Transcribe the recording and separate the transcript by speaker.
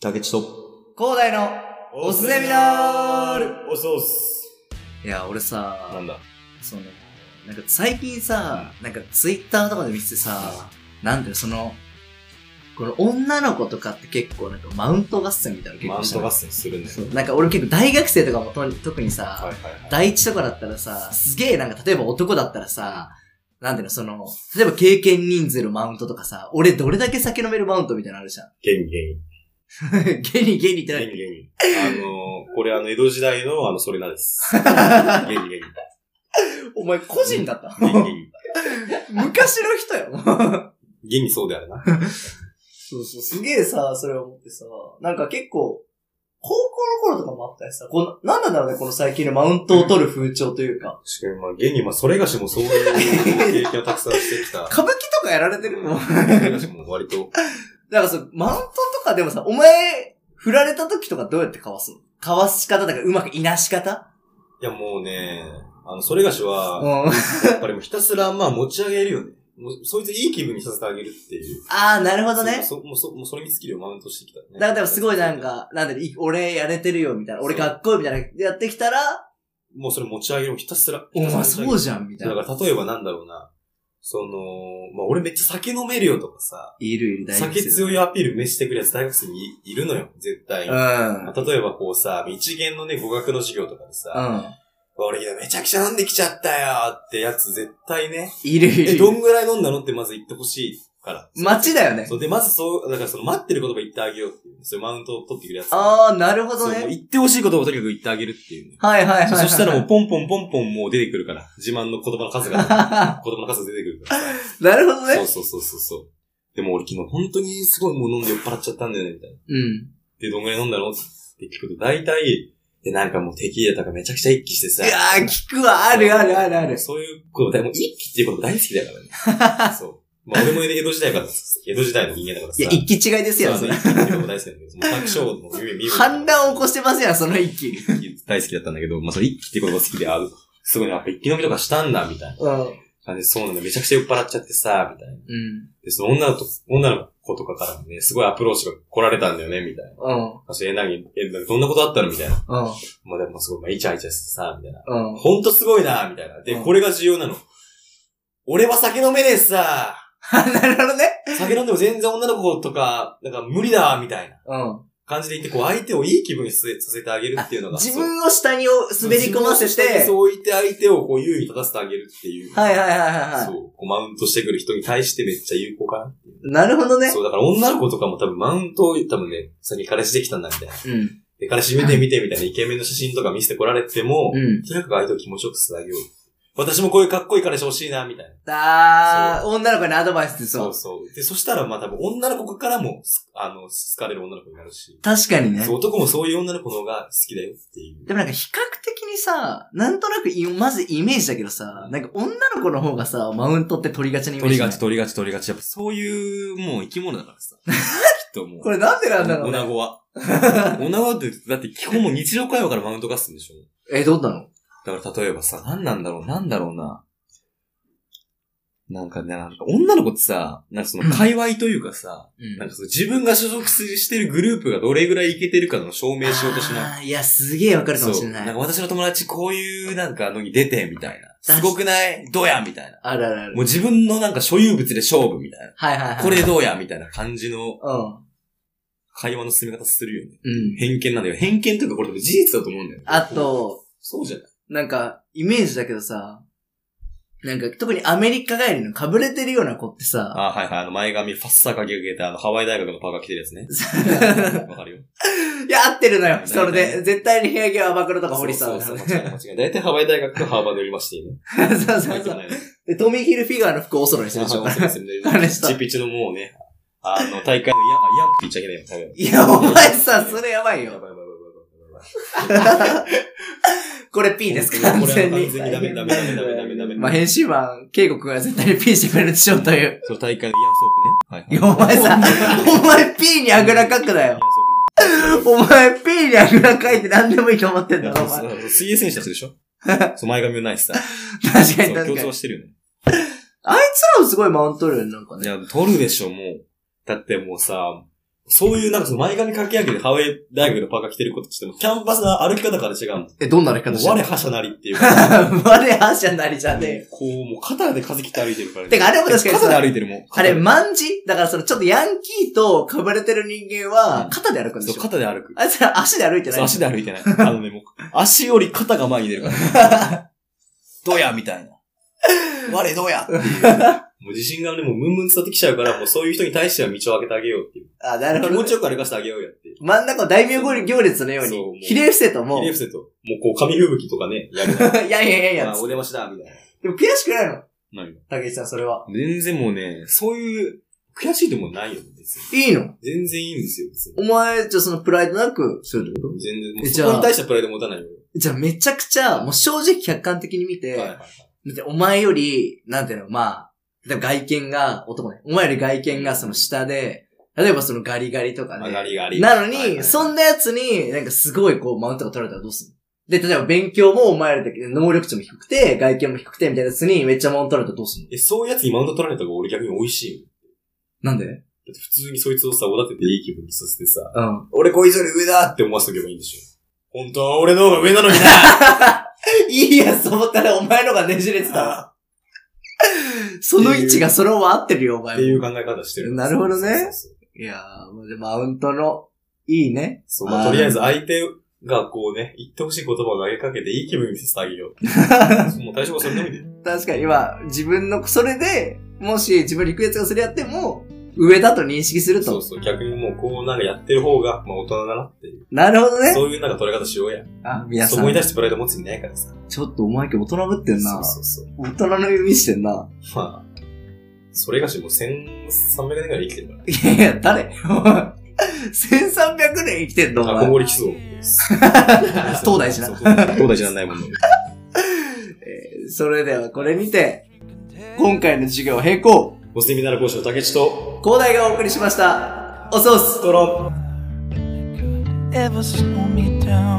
Speaker 1: 竹内と。
Speaker 2: 広大のおすゼミナール
Speaker 3: おそうっす。
Speaker 2: いや、俺
Speaker 3: な
Speaker 2: さ、
Speaker 3: んだ
Speaker 2: その、なんか最近さ、なんかツイッターとかで見ててさ、なんだよ、その、この女の子とかって結構なんかマウント合戦みたいなの結
Speaker 3: マウ
Speaker 2: 構
Speaker 3: ン
Speaker 2: し
Speaker 3: ト
Speaker 2: て
Speaker 3: 合
Speaker 2: ない
Speaker 3: 戦するね。
Speaker 2: そうなんか俺結構大学生とかもとに特にさ、
Speaker 3: はいはいはい。
Speaker 2: 第一とかだったらさ、すげえなんか例えば男だったらさ、なんていうの、その、例えば経験人数のマウントとかさ、俺どれだけ酒飲めるマウントみたいなのあるじゃん。
Speaker 3: ゲニゲニ。
Speaker 2: ゲニゲニってな
Speaker 3: ゲ
Speaker 2: い。
Speaker 3: ニゲニ。あのー、これあの、江戸時代のあの、それなん です。ゲニゲニ。
Speaker 2: お前個人だった
Speaker 3: ゲニゲニ。
Speaker 2: 昔の人よ。
Speaker 3: ゲニそうであるな。
Speaker 2: そうそう、すげえさ、それを思ってさ、なんか結構、高校の頃とかもあったりさ、この、なんなんだろうね、この最近のマウントを取る風潮というか。
Speaker 3: 確かに、まあ、現に、まあ、それがしもそういう経験をたくさんしてきた。
Speaker 2: 歌舞伎とかやられてるのだか
Speaker 3: それがしも割と、
Speaker 2: らそう、マウントとかでもさ、お前、振られた時とかどうやってかわすのかわし方だからうまくいなし方
Speaker 3: いや、もうね、あの、それがし
Speaker 2: う
Speaker 3: は、
Speaker 2: ん。あ
Speaker 3: やっぱりもうひたすら、まあ、持ち上げるよね。もう、そいついい気分にさせてあげるっていう。
Speaker 2: あー、なるほどね。
Speaker 3: そもう、そ、もう、それに尽きるよ、マウントしてきた、ね。
Speaker 2: だからでもすごいなん、か、なんだろうい俺やれてるよみたいな、俺かっこいいみたいな、やってきたら、
Speaker 3: もうそれ持ち上げるひたすら。
Speaker 2: お前
Speaker 3: ひたすら持ち上げ
Speaker 2: そ
Speaker 3: る
Speaker 2: うじゃんみたい
Speaker 3: だ
Speaker 2: な。
Speaker 3: から例えばなんだろうな。その、まあ、俺めっちゃ酒飲めるよとかさ、
Speaker 2: いるいる、大学生
Speaker 3: 酒強いアピールめしてくるやつ大学生にいいるのよ、絶対に。
Speaker 2: うん。うん。
Speaker 3: 例えばこうさ、一元のね、語学の授業とかでさ、
Speaker 2: うん。
Speaker 3: 俺今めちゃくちゃ飲んできちゃったよってやつ絶対ね、
Speaker 2: いるい
Speaker 3: え、
Speaker 2: る。
Speaker 3: どんぐらい飲んだのってまず言ってほしいから。
Speaker 2: 街だよね。
Speaker 3: そう、で、まずそう、だからその待ってる言葉言ってあげようっていう。それマウントを取ってくるやつ。
Speaker 2: ああ、なるほ
Speaker 3: そ
Speaker 2: ど
Speaker 3: う、もう
Speaker 2: ね。
Speaker 3: 言ってほしい言葉をとにかく言ってあげるっていうね。
Speaker 2: はいはいはいはい。
Speaker 3: そしたらもうポンポンポンポンもう出てくるから。自慢の言葉の数が。子供の数出てくるからさ。
Speaker 2: なるほ
Speaker 3: そ
Speaker 2: ど
Speaker 3: う
Speaker 2: ね。
Speaker 3: そうそうそうそう。でも俺昨日本当にすごいもう飲んで酔っ払っちゃったんだよね、みたいな。
Speaker 2: うん。
Speaker 3: で、どんぐらい飲んだのって聞くと、大体、で、なんかもうテキーラとかめちゃくちゃ一気してさ。
Speaker 2: いやー、聞くわ。あるあるあるある。
Speaker 3: そういうこと、でも一気っていうこと大好きだ からね。そう。まあ俺も江戸時代から、江戸時代の人間だからさ。
Speaker 2: いや、一気違いですよ。
Speaker 3: そ
Speaker 2: そうれ
Speaker 3: あの一気っていうこと大好きなんだけど、もう百姓の夢見る。
Speaker 2: 反乱を起こしてますやん、その一気。
Speaker 3: 一気大好きだったんだけど、まあその一気ってことが好きで、あ、すごいなんか一気飲みとかしたんだ、みたいな
Speaker 2: うん。
Speaker 3: 感じで。そうなんだ、めちゃくちゃ酔っ払っちゃってさ、みたいな。
Speaker 2: うん。
Speaker 3: で、その女の子、女の子とかからもね、すごいアプローチが来られたんだよね、みたいな。
Speaker 2: うん。
Speaker 3: あ、そう、え、なに、え、なにどんなことあったのみたいな。
Speaker 2: うん。
Speaker 3: まあ、でもすごい、まあ、イチャイチャしてさ、みたいな。
Speaker 2: うん。
Speaker 3: ほんとすごいな、みたいな。で、
Speaker 2: うん
Speaker 3: これが重要なの。俺は酒飲めねえしさ、
Speaker 2: なるほどね。
Speaker 3: 酒飲んでも全然女の子とか、なんか無理だ、みたいな
Speaker 2: う
Speaker 3: 感じで言って、こう、相手をいい気分にさせさせてあげるっていうの
Speaker 2: ん。
Speaker 3: が。
Speaker 2: 自分を下にお
Speaker 3: そう
Speaker 2: 滑り込ませ
Speaker 3: 自分を下に
Speaker 2: て、
Speaker 3: そう言って相手をこう、優位に立たせてあげるっていう。
Speaker 2: はいはいはいはい
Speaker 3: そ
Speaker 2: は
Speaker 3: う、こうマウントしてくる人に対してめっちゃ有効かな。
Speaker 2: い。なるほどね。
Speaker 3: そう、だから女の子とかも多分マウントを多分ね、先彼氏できたんだみたいな。
Speaker 2: うん。
Speaker 3: で、彼氏見て見てみたいなイケメンの写真とか見せてこられても、
Speaker 2: うん。
Speaker 3: とにかく相手を気持ちよくつなげよう。私もこういうかっこいい彼氏欲しいな、みたいな。
Speaker 2: あー、女の子にアドバイスってそ
Speaker 3: そう
Speaker 2: う。
Speaker 3: そう。で、そしたらまあ多分女の子からもす、あの、好かれる女の子になるし。
Speaker 2: 確かにね
Speaker 3: そう、。男もそういう女の子の方が好きだよっていう。
Speaker 2: でもなんか比較的にさ、なんとなくい、まずイメージだけどさ、なんか女の子の方がさ、マウントって取りがちなイメー
Speaker 3: 取
Speaker 2: ジ、ね。
Speaker 3: りがち、取りがち。やっぱそういう、もう生き物だからさ。きっとも
Speaker 2: これなんでなんだろう
Speaker 3: 女
Speaker 2: ね。
Speaker 3: 子 は。女子って、だって基本も日常会話からマウントがすんでしょ
Speaker 2: え、どうなの
Speaker 3: だから例えばさ、何なんだろう、なんだろうな。なんかね、なんか女の子ってさ、なんかその界隈というかさ、
Speaker 2: うん
Speaker 3: なんかその自分が所属してるグループがどれぐらいいけてるかの証明しようとしない。
Speaker 2: あーいや、すげえわかるかもし
Speaker 3: そう。
Speaker 2: れ
Speaker 3: な
Speaker 2: なんい。
Speaker 3: か私の友達こういうなんかのに出てみたいな。
Speaker 2: だ
Speaker 3: すごくないどうやみたいな。
Speaker 2: あるあるある。
Speaker 3: もう自分のなんか所有物で勝負みたいな。
Speaker 2: はいはいはい。
Speaker 3: これどうやみたいな感じの
Speaker 2: うん。
Speaker 3: 会話の進め方するよね。
Speaker 2: うん。
Speaker 3: 偏見なんだよ。偏見というかこれでも事実だと思うんだよね。
Speaker 2: あ、と、
Speaker 3: そうじゃない
Speaker 2: なんか、イメージだけどさ、なんか、特にアメリカ帰りのかぶれてるような子ってさ、
Speaker 3: あ、はいはい。あの前髪ファッサーかけ上げて、あのハワイ大学のパーカー着てるやつね。 わかるよ。
Speaker 2: いや、合ってるのよ。
Speaker 3: ね
Speaker 2: それで、
Speaker 3: ね
Speaker 2: 絶対に部屋着は暴露とか堀さ
Speaker 3: そ
Speaker 2: ん。
Speaker 3: うそ
Speaker 2: そうう
Speaker 3: そう間違いない間違いない。大体ハワイ大学とハーバード寄りましていいね。
Speaker 2: そう
Speaker 3: 入
Speaker 2: そ
Speaker 3: っ
Speaker 2: う
Speaker 3: て。 ないね
Speaker 2: で、トミーヒルフィガーの服をおそろいして
Speaker 3: そう
Speaker 2: るでし
Speaker 3: そう
Speaker 2: ょ。
Speaker 3: そうそう
Speaker 2: あれさ
Speaker 3: ピチピチのもうね、あの、大会のイヤン、あイヤンって言っちゃいけないよ多分。
Speaker 2: いや、お前さ、それやばい
Speaker 3: や
Speaker 2: よ。
Speaker 3: ばいやばいやばいやばいやばい。
Speaker 2: これ P ですか
Speaker 3: こ
Speaker 2: 完
Speaker 3: れ
Speaker 2: 全に
Speaker 3: 完。全にダメダメダメダメダメダメ。
Speaker 2: まあ、編集マン、ケイコ君は絶対に P してくれるでしょうという。
Speaker 3: その大会のイヤンソープね。
Speaker 2: いや、お前さ、お前 P にあぐらかくだよ。お前、P にあぐらかいて何でもいいと思ってん
Speaker 3: イヤ
Speaker 2: だ
Speaker 3: ン
Speaker 2: ろ、
Speaker 3: ソ ー
Speaker 2: お
Speaker 3: プ
Speaker 2: 前。
Speaker 3: ね。そう水泳選手たちでし ょそう、前髪もないしさ。
Speaker 2: 確か
Speaker 3: そう
Speaker 2: に確
Speaker 3: 競
Speaker 2: かに
Speaker 3: 争。してるよね。
Speaker 2: あいつらもすごいマウントるよね、なんか
Speaker 3: い
Speaker 2: ね。
Speaker 3: や、取るでしょ、もう。だってもうさ、そういうなんかその前髪かき上げてハワイ大学のパーカー着てることしても、キャンパスの歩き方から違うもん。も
Speaker 2: え、どんな歩き方
Speaker 3: う
Speaker 2: して
Speaker 3: 我
Speaker 2: る
Speaker 3: 覇者なりっていうか。
Speaker 2: の我はしゃなりじゃねえよ。
Speaker 3: こう、もう肩で風切って歩いてるからね。
Speaker 2: てかあれも確かにさ
Speaker 3: 肩で歩いてるもん。
Speaker 2: あれ、万字だからその、ちょっとヤンキーと被れてる人間は、肩で歩くんで
Speaker 3: そう、
Speaker 2: しょ
Speaker 3: 肩で歩く。
Speaker 2: あいつら足で歩いてない
Speaker 3: そう足で歩いて ない。あのね、もう、足より肩が前に出るから。 どやみたいな。我どやっていう。 もう自信がね、もうムンムン伝わってきちゃうから、もうそういう人に対しては道を開けてあげようっていう。
Speaker 2: あ、なるほ
Speaker 3: 気
Speaker 2: ど
Speaker 3: 持
Speaker 2: ね。
Speaker 3: ちよく歩かせてあげようやっていう。
Speaker 2: 真ん中の大名行列のよう
Speaker 3: そうもう
Speaker 2: に、比例伏せとも
Speaker 3: ヒ
Speaker 2: う、
Speaker 3: レ
Speaker 2: い
Speaker 3: フセと、もうこう、紙吹雪とか ね、やるな。
Speaker 2: やいやいやいや
Speaker 3: まあ、、お出ましだ、みたい
Speaker 2: でも悔しくないの
Speaker 3: な。ないの
Speaker 2: 竹内さん、それは。
Speaker 3: 全然もうね、そういう、悔しいともないよ、別に。
Speaker 2: いいの
Speaker 3: 全然いいんですよ、別に。
Speaker 2: お前、じゃあそのプライドなくするってこ
Speaker 3: 全然、もう
Speaker 2: えじ
Speaker 3: そ
Speaker 2: ゃあ
Speaker 3: こに対してプライド持たないよ。
Speaker 2: とじゃあめちゃくちゃ、もう正直客観的に見
Speaker 3: は
Speaker 2: て、
Speaker 3: いはいはい
Speaker 2: だってお前より、なんていうの、まあ、例えば外見が、男ね、お前より外見がその下で、例えばそのガリガリとか
Speaker 3: まあ
Speaker 2: ね。
Speaker 3: ガリガリ。
Speaker 2: なの
Speaker 3: はいはいは
Speaker 2: に、
Speaker 3: い
Speaker 2: そんなやつに、なんかすごいこう、マウントが取られたらどうするので、例えば勉強もお前らだけ能力値も低くて、外見も低くて、みたいなやつにめっちゃマウント取られたらどうするの
Speaker 3: え、そういうやつにマウント取られた方が俺逆に美味しいよ。
Speaker 2: なんでう
Speaker 3: だって普通にそいつをさ、おだてていい気分にさせてさ、
Speaker 2: ん。
Speaker 3: 俺こいつより上だって思わせとけばいいんでしょ。本当は俺の方が上なのにな
Speaker 2: いいやつと思ったらお前のがねじれてたわ。その位置がそれは合ってるよ、お前
Speaker 3: っ
Speaker 2: も。
Speaker 3: て
Speaker 2: い
Speaker 3: いう考え方してる。
Speaker 2: なるほどね
Speaker 3: そうそう
Speaker 2: やー、でマウントの、いいね。
Speaker 3: そうそうまあとりあえず相手がこうね、言ってほしい言葉を投げかけていい気分にさせてあげよ う。もう対象はそれのみで。
Speaker 2: 確かに今、自分の、それで、もし自分リクエストがそれやっても、上だと認識する
Speaker 3: そう
Speaker 2: と。
Speaker 3: そう、逆にもうこうなんかやってる方が、まあ大人だなっていう。
Speaker 2: なるほどね。
Speaker 3: そういうなんか取れ方しようや。
Speaker 2: あ、皆
Speaker 3: そ
Speaker 2: さ
Speaker 3: こに
Speaker 2: ん、
Speaker 3: 対してプライド持つ意味ないからさ。
Speaker 2: ちょっとお前今日大人ぶってんな。
Speaker 3: そうそうそう。
Speaker 2: 大人の耳してんな。
Speaker 3: まあ、それがしもう1300年ぐらい生きてるから。
Speaker 2: いやいや、誰 ?1300 年生きてんのお
Speaker 3: あ、こ
Speaker 2: 前。
Speaker 3: もりきそう。
Speaker 2: 東大寺 な
Speaker 3: そう 東大寺なんないもんね。
Speaker 2: それではこれにて、今回の授業を並行、
Speaker 3: ボスミナル講師の竹内と、
Speaker 2: 広大がお送りしました。おそうっす
Speaker 3: トロン。
Speaker 1: ever slow me down.